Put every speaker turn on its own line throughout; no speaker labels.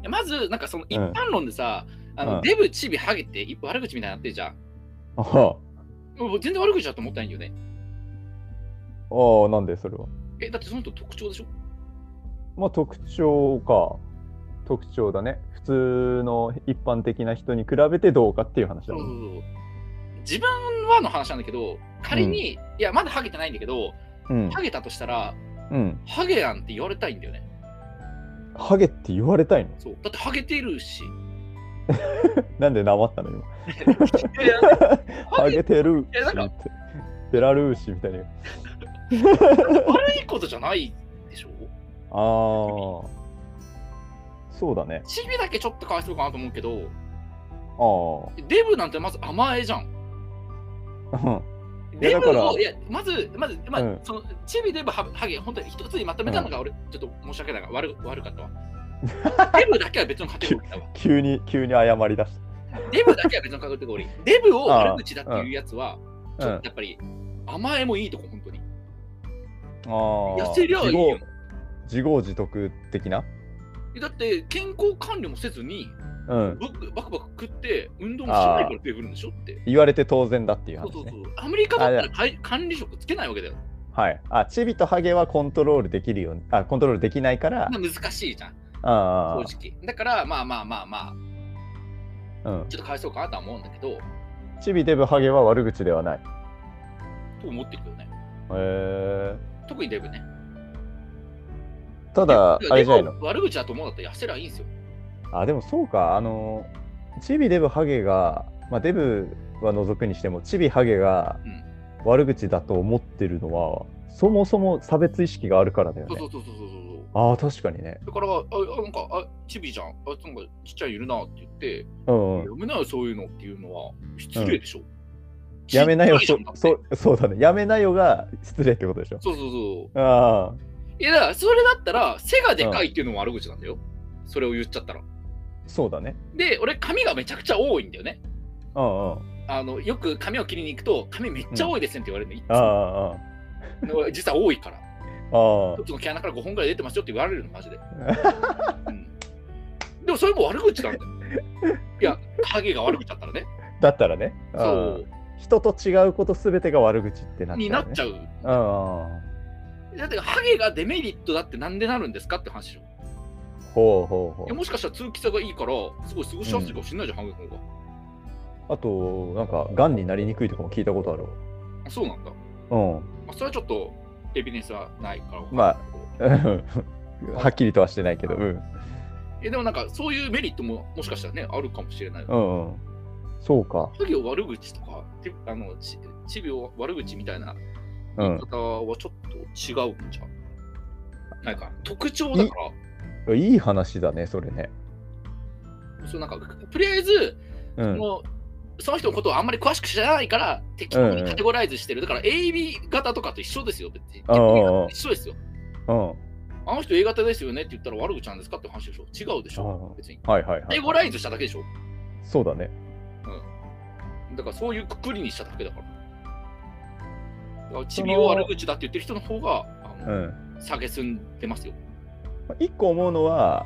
いやまず、なんかその一
うん
般論でさ、あ
う
の
ん
デブ、チビ、ハゲって一歩悪口みたいになってるじゃん。
あは
もう全然悪口だと思ってないんだよね。
ああ、なんでそれは。
え、だってその人特徴でしょ
まあ特徴か。特徴だね。普通の一般的な人に比べてどうかっていう話
そ
だ
う
ね。
そうそう自分はの話なんだけど、仮に、いや、まだハゲてないんだけど、
うん。
ハゲたとしたら、
うん。
ハゲやんって言われたいんだよね。
ハゲって言われたいの
そうだってハゲてる し。
なんでなまったの今。
いや
ハゲてる
えなんか
しって。ベラルーシみたいに。
悪いことじゃないでしょ
ああ。そうだね。
チビだけちょっとかわいそうかなと思うけど、
あ
デブなんてまず甘えじゃん。
あ。
デブ
だから
を、いや、まず、まず、まあ、
うん
その、チビ、デブ、ハハゲ、本当に一つにまとめたのが、俺、ちょっと申し訳ないが、悪悪かった わ。デブだけは別のカテゴリーだわ。
急に、急に謝り出し
デブだけは別のカテゴリー。デブを悪口だっていうやつは、ち
た。う
ょ
ん。あ
っとやっぱり、甘えもいいとこ、本当に。
あ。
痩せりゃいいよ
自業自業自得的な。
だって、健康管理もせずに、
うん。
バクバクバク食って、運動もしないからデブなんでしょって。
言われて当然だっていう
そう
話
そう
ね
そ。う。アメリカだったらかい管理職つけないわけだよ。
はい。あ、チビとハゲはコントロールできるよ、ね。あ、コントロールできないから。
まあ難しいじゃん、
ああ
正直。だから、まあまあまあまあ、
ああ、うん。
ちょっとかわいそうかなとは思うんだけど、
チビデブハゲは悪口ではない。へ
と思ってるけどね。
え。
特にデブね。
ただ
デ、ブ
あれじゃないの。
悪口だと思うんだったら痩せりゃいいんですよ。
あ、でもそうか。あの、チビデブハゲが、まあ、デブは除くにしても、チビハゲが
うん
悪口だと思ってるのは、そもそも差別意識があるからだよ
そう
ね
そ。うそうそうそうそう。
ああ、確かにね。
だから、あ、あなんか、あ、チビじゃん。あ、なんか、ちっちゃいいるなって言って、
うん、うん。
やめなよ、そういうのっていうのは、失礼でしょ。
やめなよ、
失
そ
礼じゃん
そ。そうだね。やめなよが失礼ってことでしょ。
そうそうそう。
ああ、
いや、だから、それだったら、背がでかいっていうのも悪口なんだよ。それを言っちゃったら。
そうだね。
で、俺、髪がめちゃくちゃ多いんだよね。
うんうん。
あのよく髪を切りに行くと髪めっちゃ多いですねって言われるのいつ
あ
も、
あ、あ
俺実は多いから
あああ
一つの毛穴から5本ぐらい出てますよって言われるのマジで、うん、でもそれも悪口なんだよいや影が悪口だったらね
だったらね。
そ
あ
う
あ人と違うことすべてが悪口ってなっちゃう、ね。
になっちゃう
あ
だってハゲがデメリットだってなんでなるんですかって話よ
あ、ほうほうほ
いや
う。
もしかしたら通気性がいいからすごい過ごしやすいかもしれないじゃん、ハゲの方が
あと、なんか、がんになりにくいとかも聞いたことある
あそうなんだ、ま
わ。
あ、それはちょっとエビデンスはないからわかんないけど
うん。 はっきりとはしてないけど、うん。
えでもなんかそういうメリットももしかしたらねあるかもしれない、
うん、うん。そうか。
ハゲを悪口とか、てあのちチビを悪口みたいな
う
言い
ん。
方はちょっと違うんじゃん。なんか特徴だから、
いい話だね、それね。
そうなんかとりあえず、
う
そ
ん。
のその人のことをあんまり詳しく知らないから適当にカテゴライズしてる。だから AB 型とかと一緒ですよ、別に。
ああああ
AB 型と一緒ですよ。
うん。は
あの人 A 型ですよねって言ったら悪口なんですかって話でしょ。違うでし
あ
ょ
あ、
別に。
いはいはい。
カテゴライズしただけでしょ。
そうだね。
だからそういうくくりにしただけだから。だからチビを悪口だって言ってる人の方が、あ
う
の
ん。
下げすんでますよ。
まあ一個思うのは、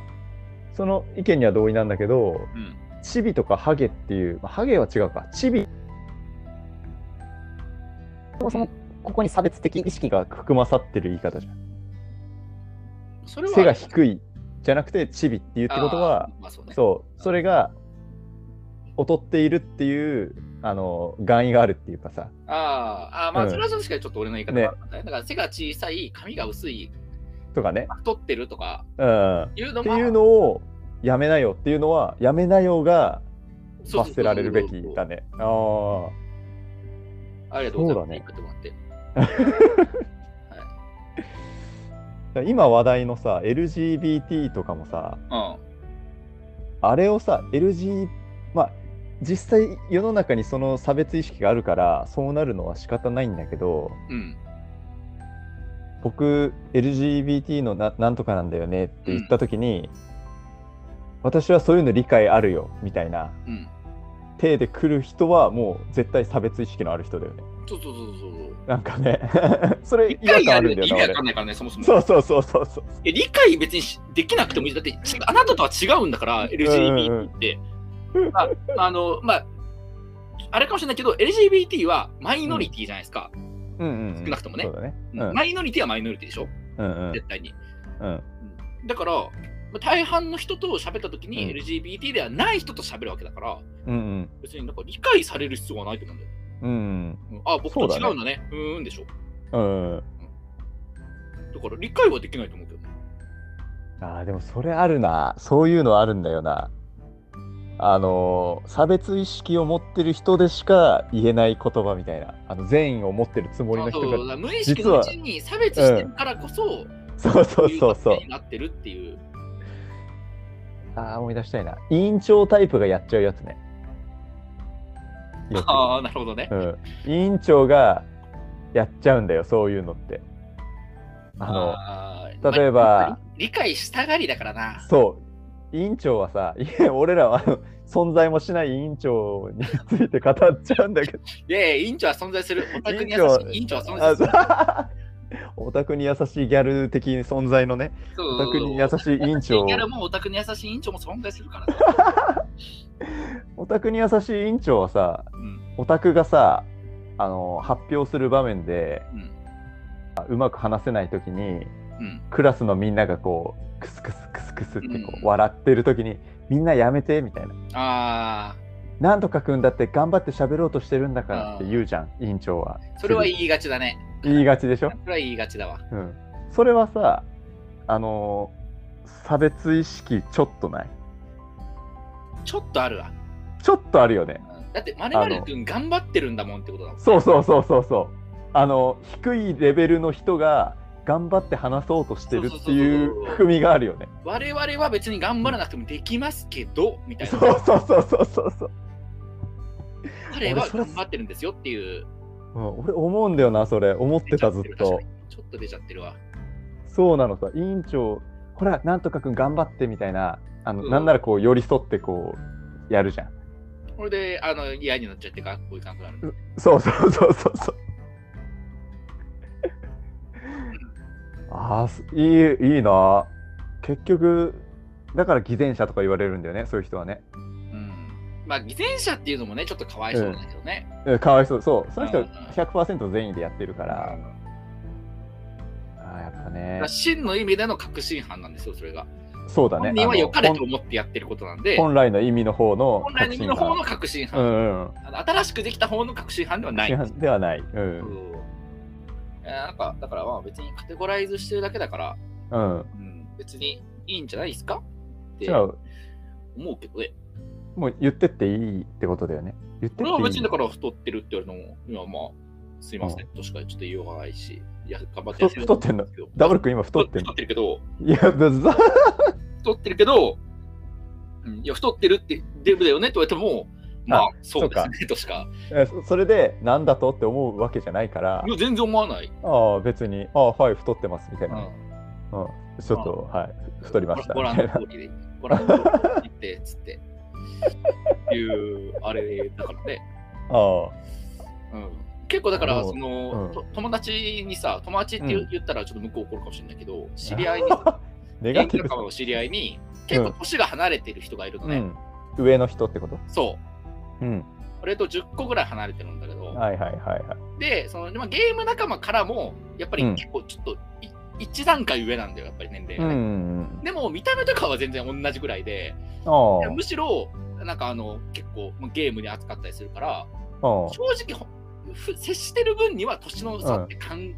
その意見には同意なんだけど、
うん。
チビとかハゲっていう、まあ、ハゲは違うか、チビ。そもそもここに差別的意識が含まさってる言い方じゃん。
それは
背が低いじゃなくてチビって言うってことは
あ、ーまあそうね。
そう、それが劣っているっていう、あの、願意があるっていうかさ、
あーあー、ま
う
あ、
ん
それは確かにちょっと俺の言い方が悪かったね。だから背が小さい、髪が薄い、
とかね。
太ってるとか
うん。っ
いうの
て
も、
いうのをやめなよっていうのは、やめなよが
そうそうそうそう
罰せられるべきだね。ああー。
ありがとうござい
そうだ
ます。
ね
言ってもらって
だから今話題のさ、LGBT とかもさ、
う
あれをさ LG まあ実際世の中にその差別意識があるからそうなるのは仕方ないんだけど
ん。うん。
僕 LGBT のななんとかなんだよねって言った時に、私はそういうの理解あるよみたいな
うん。
体で来る人はもう絶対差別意識のある人だよね。
そうそうそうそう
なんかね それ
理
違和
解
感
がな
ある
い
んだ
と
よ
意味
な
わ
俺
かんないからね、そもそも。
そうそうそうそうそう
いや理解別にしできなくてもいい。だって、違うあなたとは違うんだから、
うんうん
LGBT って。まあ、あの、まあ、あれかもしれないけど、LGBT はマイノリティじゃないですか。
うんうんうん
少なくともね
そうだねうん
マイノリティはマイノリティでしょ、
うんうん
絶対に。
うん
だから、まあ大半の人と喋った時に
うん
LGBT ではない人と喋るわけだから、
うん
別になんか理解される必要はないと思うんだよ。
うんうん
うんあ、僕と
そう
違
だね
うんだね。うーんでしょ。
うん
だから理解はできないと思うけどね。
あーでもそれあるなそういうのあるんだよなあのー差別意識を持ってる人でしか言えない言葉みたいなあの善意を持ってるつもりの人
そうそうだ
が
から無意識のうちに差別してるからこそ、
そうそうそうそう
いことになってるっていう。
あー思い出したいな委員長タイプがやっちゃうやつねよく
ああ、なるほどね。
うん、委員長がやっちゃうんだよそういうのってあの
あー
例えば
まあ理解したがりだからな。
そう委員長はさいや俺らはあの存在もしない委員長について語っちゃうんだけど
いやいや、委員長は存在する。オタクに優しい。委員長は存在す
あそ
る
う。 オタクに優しいギャル的存在のね
そう
オ
そう
タ
そう
クに優しい委員長
ギャルもオタクに優しい委員長も存在するからね。
オタクに優しい委員長はさ
うん
オタクがさあの発表する場面で
うん
うまく話せない時に
うん
クラスのみんながこうクスクスクスクスってこ
うん
う笑ってる時にみんなやめてみたいな
あ
なんとかくんだって頑張って喋ろうとしてるんだからって言うじゃん委員長は
あ、それは言いがちだね。
言いがちでしょ
そ、れは言いがちだわ。
うん、それはさあのー差別意識ちょっとない
ちょっとあるわ。
ちょっとあるよね
うんだって、まるまる君頑張ってるんだもんってことだもん。
そうそうそうそうそうあの低いレベルの人が頑張って話そうとしてるってい
そうそうそう
う
そう
含みがあるよね
我々は別に頑張らなくてもできますけど、みたい
そ
な。
うそうそうそうそうそう、
彼は
俺それ
頑張ってるんですよっていう。
うん、俺思うんだよなそれ思ってたずっと
ちょっと出ちゃってるわ。
そうなのさ委員長ほらなんとかくん頑張ってみたいなあの、
うん
なんならこう寄り添ってこうやるじゃん
これで、あの、嫌になっちゃって学校行かなくなる。
そうそうそうそうそう。ああ、すいい、いいな。結局、だから偽善者とか言われるんだよね、そういう人はね。
うん。まあ、偽善者っていうのもね、ちょっとかわいそうなんだけどね。
うんかわいそう、そう、その人
うん
100%善意でやってるから。ああ、やっぱ
だ
ね
から。真の意味での確信犯なんですよ、それが。
そうだね。
本人は良かれ
あ
と
の
思ってやってることなんで、
本来の意味の方の
本来の意
確
味
信
の方の
犯。
確信
う
犯。
んうん。
あの新しくできた方の確信犯ではない。
確信犯ではない。う
そ
ん。
うえーなんか、だからまあ別にカテゴライズしてるだけだから、
うん。
うん、別にいいんじゃないですかって
じゃあ、
思うけどね。
もう言ってっていいってことだよね。言ってって
俺
い
は別
い
にだ。から太ってるって言われるのも、今はまあ、すいませんとしかちょっと言いようがないし、いや、頑張って
太太ってんのダブル君今太
太
っ
ってて太
んの
ってるけど、
いや、だざ
太ってるけど、うん、いや、太ってるってデブだよねって言われても、まあ
あ、
そうですねとしか、
えそそれでなんだとって思うわけじゃないから
い、や全然思わない。
ああ別にああはい太ってますみたいな、うん
う
ちょっとはい太りました
ご
みた
覧
い
の
な
通りで、ご覧の通りで言って、つって。いう、あれだからね。
あ
うん、結構だから
あの
その、
うん
と友達にさ友達って言う
うん
言ったらちょっと向こう怒るかもしれないけど、知り合い にさ
あネガ
演
ティ
歌
ブ
かの知り合いに結構年が離れてる人がいるの
う
ね、
ん上の人ってこと
そう
うん
俺と10個ぐらい離れてるんだけど、
はいはいはいはい
でその、まあ、ゲーム仲間からもやっぱり
うん
結構ちょっと、い一段階上なんだよやっぱり年齢
うん
がね、
うんうん
でも見た目とかは全然同じぐらいで
ああ
むしろなんかあの結構もうゲームに扱ったりするから
あ
正直ほふ接してる分には年の差って感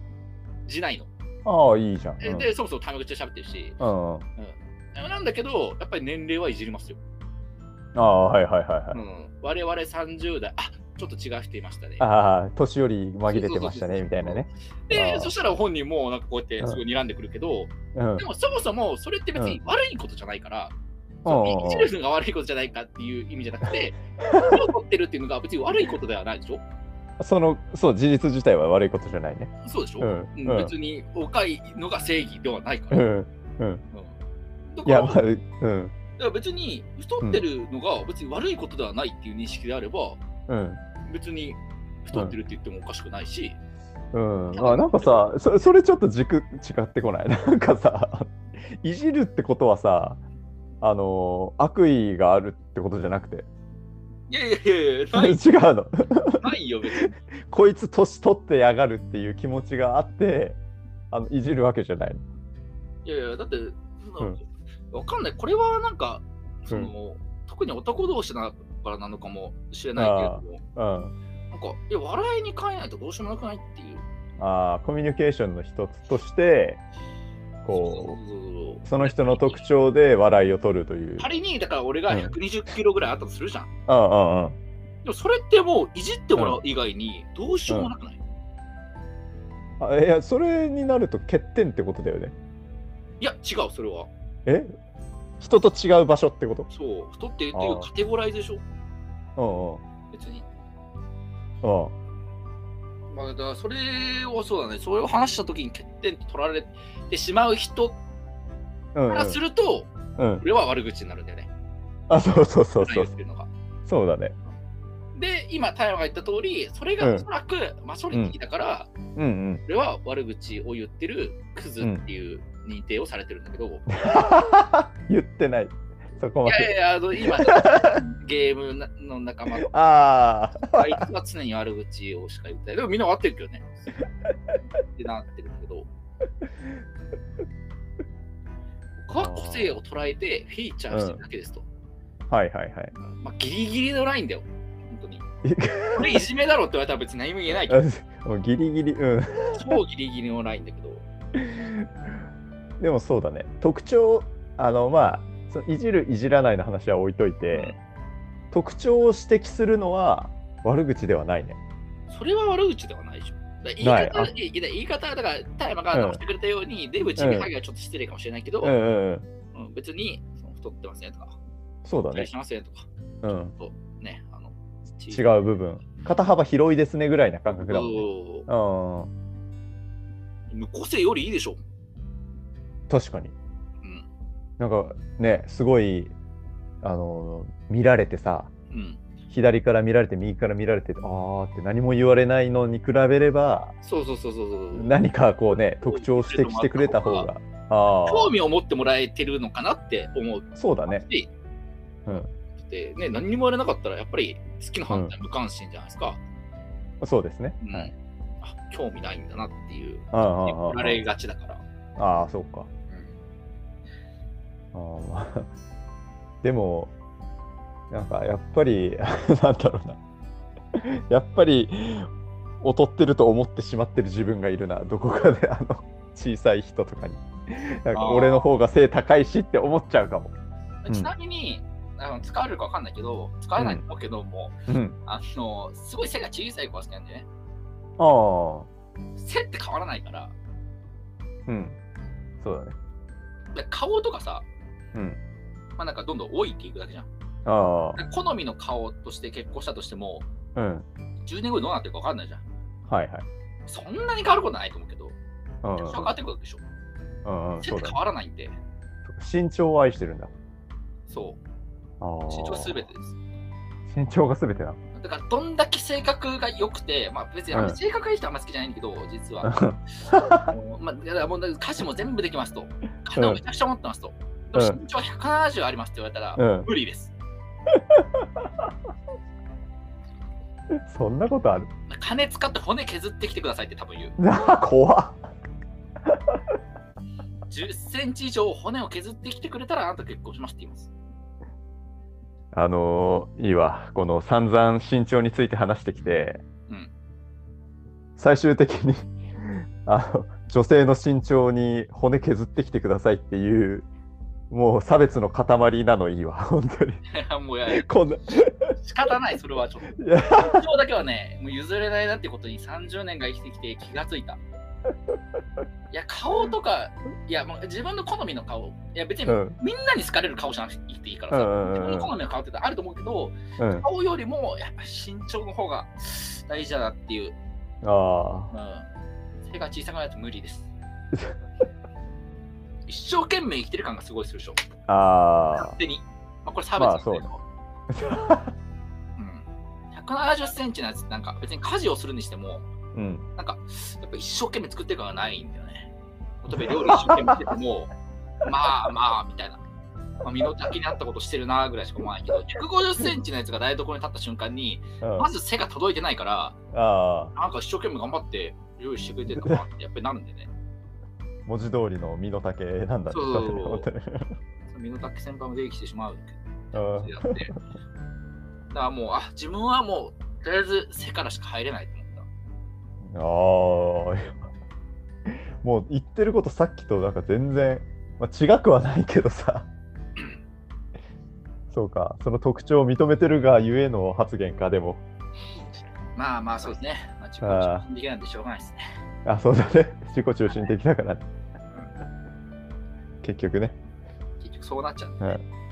じないの、
あああいいじゃん
えで、そもそもタメ口で喋ってるし、
うん、うん、あ
なんだけど、やっぱり年齢はいじりますよ。
あはいはいはいはい、
うん、我々30代、あちょっと違う人いましたね。
ああ年より紛れてましたね
そうそうそう
み
そう
たいなねあ
で、
ー
そしたら本人もなんかこうやってすごい睨んでくるけど、
うん
でもそもそもそれって別に悪いことじゃないから、
う
そ
ん
のいじるのが悪いことじゃないかっていう意味じゃなく て、年を取ってるっていうのが別に悪いことではないでしょ
そのそう事実自体は悪いことじゃないね
そうでしょ、
う
うん
んうん
別に若いのが正義ではないか
う
ら。
んうん
うんだか
い
ら
やまあうん
だから別に太ってるのが別に悪いことではないっていう認識であれば、
うん
別に太ってるって言ってもおかしくないし、
うん、あなんかさそそれちょっと軸違ってこない なんかさいじるってことはさあの悪意があるってことじゃなくて
いやいやいやいや、な
違
いう
の
ないよ、別に。
こいつ年取ってやがるっていう気持ちがあってあのいじるわけじゃないの
いやいや、だって、そんな
うん
わかんない。これはなんか、その、特に男同士だからなのかもしれないけれども、
うん
なんか、いや、笑いに変えないとどうしようもなくないっていう。
あーコミュニケーションの一つとしてこ
そうそうそう
うその人の特徴で笑いを取るという
仮に、だから俺が
うん
120キロぐらいあったとするじゃん。
うんうんうん
でもそれってもう、いじってもらう以外にどうしようもなくない、
あいやそれになると欠点ってことだよね
いや、違う、それは。
え人と違う場所ってこと
そう、太ってるっていうカテゴライズでしょ、
う
別に。
んうんうん
まあ、だからそれをそうだね、それを話したときに欠点取られてしまう人か
うん
らすると、
うん、
俺は悪口になるんだよね。
あそうそうそう
内
そ
容
う
っていうのが
そうだね
で、今、タイが言った通り、それ
う
が
ん
おそらく、マソリティだから、
うんうん
俺は悪口を言ってるクズっていう認定をされてるんだけど、い
言ってないそこま
や
で
いや、あの今、ゲームの仲間の、
ああ
あいつは常に悪口をしか言ってない。でもみんな分かってるけどね。ってなってるんだけど。僕は個性を捉えてフィーチャーしてるだけですと。
はいはいはい
まあ、ギリギリのラインだよ。本当 に。これいじめだろって言われたら別に何も言えないけど、
あもうギリギリうん
超ギリギリのラインだけど。
でもそうだね特徴あのまあそのいじるいじらないの話は置いといて、特徴を指摘するのは悪口ではないね
それは悪口ではないでしょ。だから言い
ない
方
あ
いや言い方はだから、タイマが直してくれたように、出口にハゲはちょっと失礼かもしれないけど、
うんうんうん
うん別にその太ってますねとか、
そうだ
太り
ね
しますねとか、
うん
とね、あの、
違う部分肩幅広いですねぐらいな感覚だもんね
そう
うん
無個性よりいいでしょ。
確かに
うん。
なんかねすごいあの見られてさ
うん。
左から見られて右から見られてあーって何も言われないのに比べれば
そうそうそうそうそう。
何かこうね特徴を指摘してくれた方があ
興味を持ってもらえてるのかなって思う
あそうだね
し、
うん
でね、何にも言われなかったら、やっぱり好きな反対無関心じゃないですか。
そうですね
うん
はい
あ興味ないんだなっていう、
ああああ
言われがちだから。
ああそうか
うん
あーまあ でもなんかやっぱり なんだろうなやっぱり劣ってると思ってしまってる自分がいるなどこかであの小さい人とかになんか
あー
俺の方が背高いしって思っちゃうかも、うん
ちなみに、あの使われるか分かんないけど、使えないと思うけども、
うん、
あの、すごい背が小さい子が好きなんでね、
ああ
背って変わらないから、
うんそうだね
で顔とかさ、
うん
まあ、なんかどんどん老いていくだけじゃん。
あ
好みの顔として結婚したとしても、
あうん
10年後にどうなってるか分かんないじゃん。
はいはい
そんなに変わることないと思うけど、
うん
人は変わってくるでしょ。
うんうん
背
そ
っ
う
て
だ
変
ね
わらないんで、
身長を愛してるんだ
そう、
ああ
身長すべてです。
身長がすべてなの
だから、どんだけ性格が良くて、まあ別にあんまり
うん
性格がいい人はあんま好きじゃないんだけど、実は。あのまあ、だからもうだから歌詞も全部できますと、肩をめちゃくちゃ持ってますと、でも
うん
身長170ありますって言われたら、
うん
無理です。
そんなことある
金使って骨削ってきてくださいって多分言う。
なあ怖っ
10センチ以上骨を削ってきてくれたら、あなた結婚しますって言います。
あのーいいわこの散々身長について話してきて、
うん
最終的にあの女性の身長に骨削ってきてくださいっていうもう差別の塊なのいいわ 本当に
もうや
こんな
仕方ない、それはちょっと。
いや
身長だけはね、もう譲れないなってことに30年が生きてきて気がつい た。いや、顔とか、いや、もう自分の好みの顔、いや、別に
う
み
ん
んなに好かれる顔じゃなくていいから
うんうんうん
さ、自分の好みの顔ってあると思うけど、
うん
顔よりもやっぱ身長の方が大事だなっていう、
あ
うん、背が小さくないと無理 です。一生懸命生きてる感がすごいするでしょ、
ーあ
勝手に。まあ、これ差別なんだけど、
まあ
うん、 170センチのやつってなんか別に家事をするにしても、
うん。
なんか、やっぱ一生懸命作ってる感がないんだよね。例えば料理一生懸命してて も、まあまあ、みたいな。まあ、身の丈に合ったことしてるなぐらいしか思わないけど、150センチのやつが台所に立った瞬間に、
うん、
まず背が届いてないから、
ああ、
なんか一生懸命頑張って料理してくれてるかなってやっぱりなるんでね。
文字通りの身の丈なんだね。
そうそうそう
本当に
身の丈先輩も出てきてしまうけ
うん
ど、やって。だからもう、あ、自分はもう、とりあえず背からしか入れないと思った。
ああ、 もう言ってることさっきとなんか全然、まあ、違くはないけどさ。そうか、その特徴を認めてるがゆえの発言か、でも。
まあまあ、そうですね。まあ、自分は自分できないんでしょうがないですね。
あ、そうだね。自己中心的だから、結局ね。
結局そうなっちゃうんで
うん